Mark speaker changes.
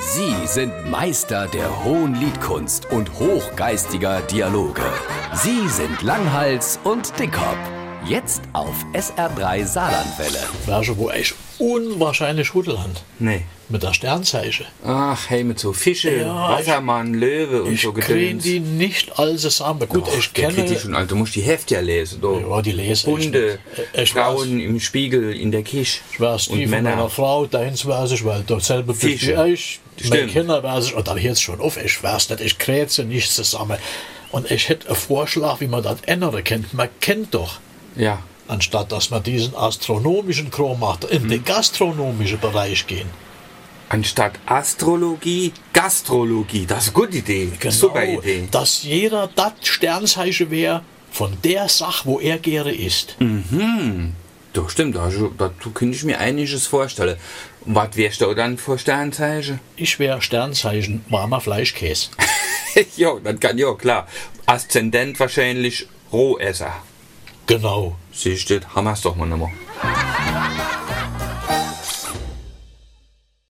Speaker 1: Sie sind Meister der hohen Liedkunst und hochgeistiger Dialoge. Sie sind Langhals und Dickhop. Jetzt auf SR3 Saarlandwelle.
Speaker 2: Flasche, wo echt unwahrscheinlich Hudelhand.
Speaker 3: Nee.
Speaker 2: Mit der Sternzeiche.
Speaker 3: Ach, hey, mit so Fische,
Speaker 2: Ja,
Speaker 3: Wassermann, Löwe und
Speaker 2: Ich
Speaker 3: so
Speaker 2: kriege
Speaker 3: Gedöns.
Speaker 2: die nicht alle zusammen. Gut,
Speaker 3: Ach,
Speaker 2: ich
Speaker 3: der
Speaker 2: kenne.
Speaker 3: kriegt die schon, also musst die Heft ja lesen. Du.
Speaker 2: Ja, die lese ich
Speaker 3: Hunde,
Speaker 2: nicht. Äh, ich
Speaker 3: Frauen im Spiegel, in der Kisch
Speaker 2: Ich weiß, die
Speaker 3: und
Speaker 2: von meiner
Speaker 3: Männer.
Speaker 2: Frau, deins weiß ich, weil dort selber bin
Speaker 3: Fische.
Speaker 2: wie ich. Meine
Speaker 3: Stimmt.
Speaker 2: Kinder weiß ich, und da hört es schon auf, ich weiß nicht, ich kräze nicht zusammen. Und ich hätte einen Vorschlag, wie man das ändern kennt. Man kennt doch,
Speaker 3: Ja,
Speaker 2: anstatt dass man diesen astronomischen Chrom macht, in
Speaker 3: Mhm.
Speaker 2: den gastronomischen Bereich gehen.
Speaker 3: anstatt Astrologie, Gastrologie. Das ist eine gute Idee,
Speaker 2: Genau.
Speaker 3: super Idee.
Speaker 2: Dass jeder das Sternzeichen wäre von der Sache, wo er gerne ist.
Speaker 3: Doch, stimmt, also, dazu könnte ich mir einiges vorstellen. Und was wärst du dann für Sternzeichen?
Speaker 2: Ich wäre Sternzeichen warmer Fleischkäse.
Speaker 3: ja, das kann ja, klar. Aszendent wahrscheinlich Rohesser.
Speaker 2: genau.
Speaker 3: Siehst du, haben wir es doch mal nochmal.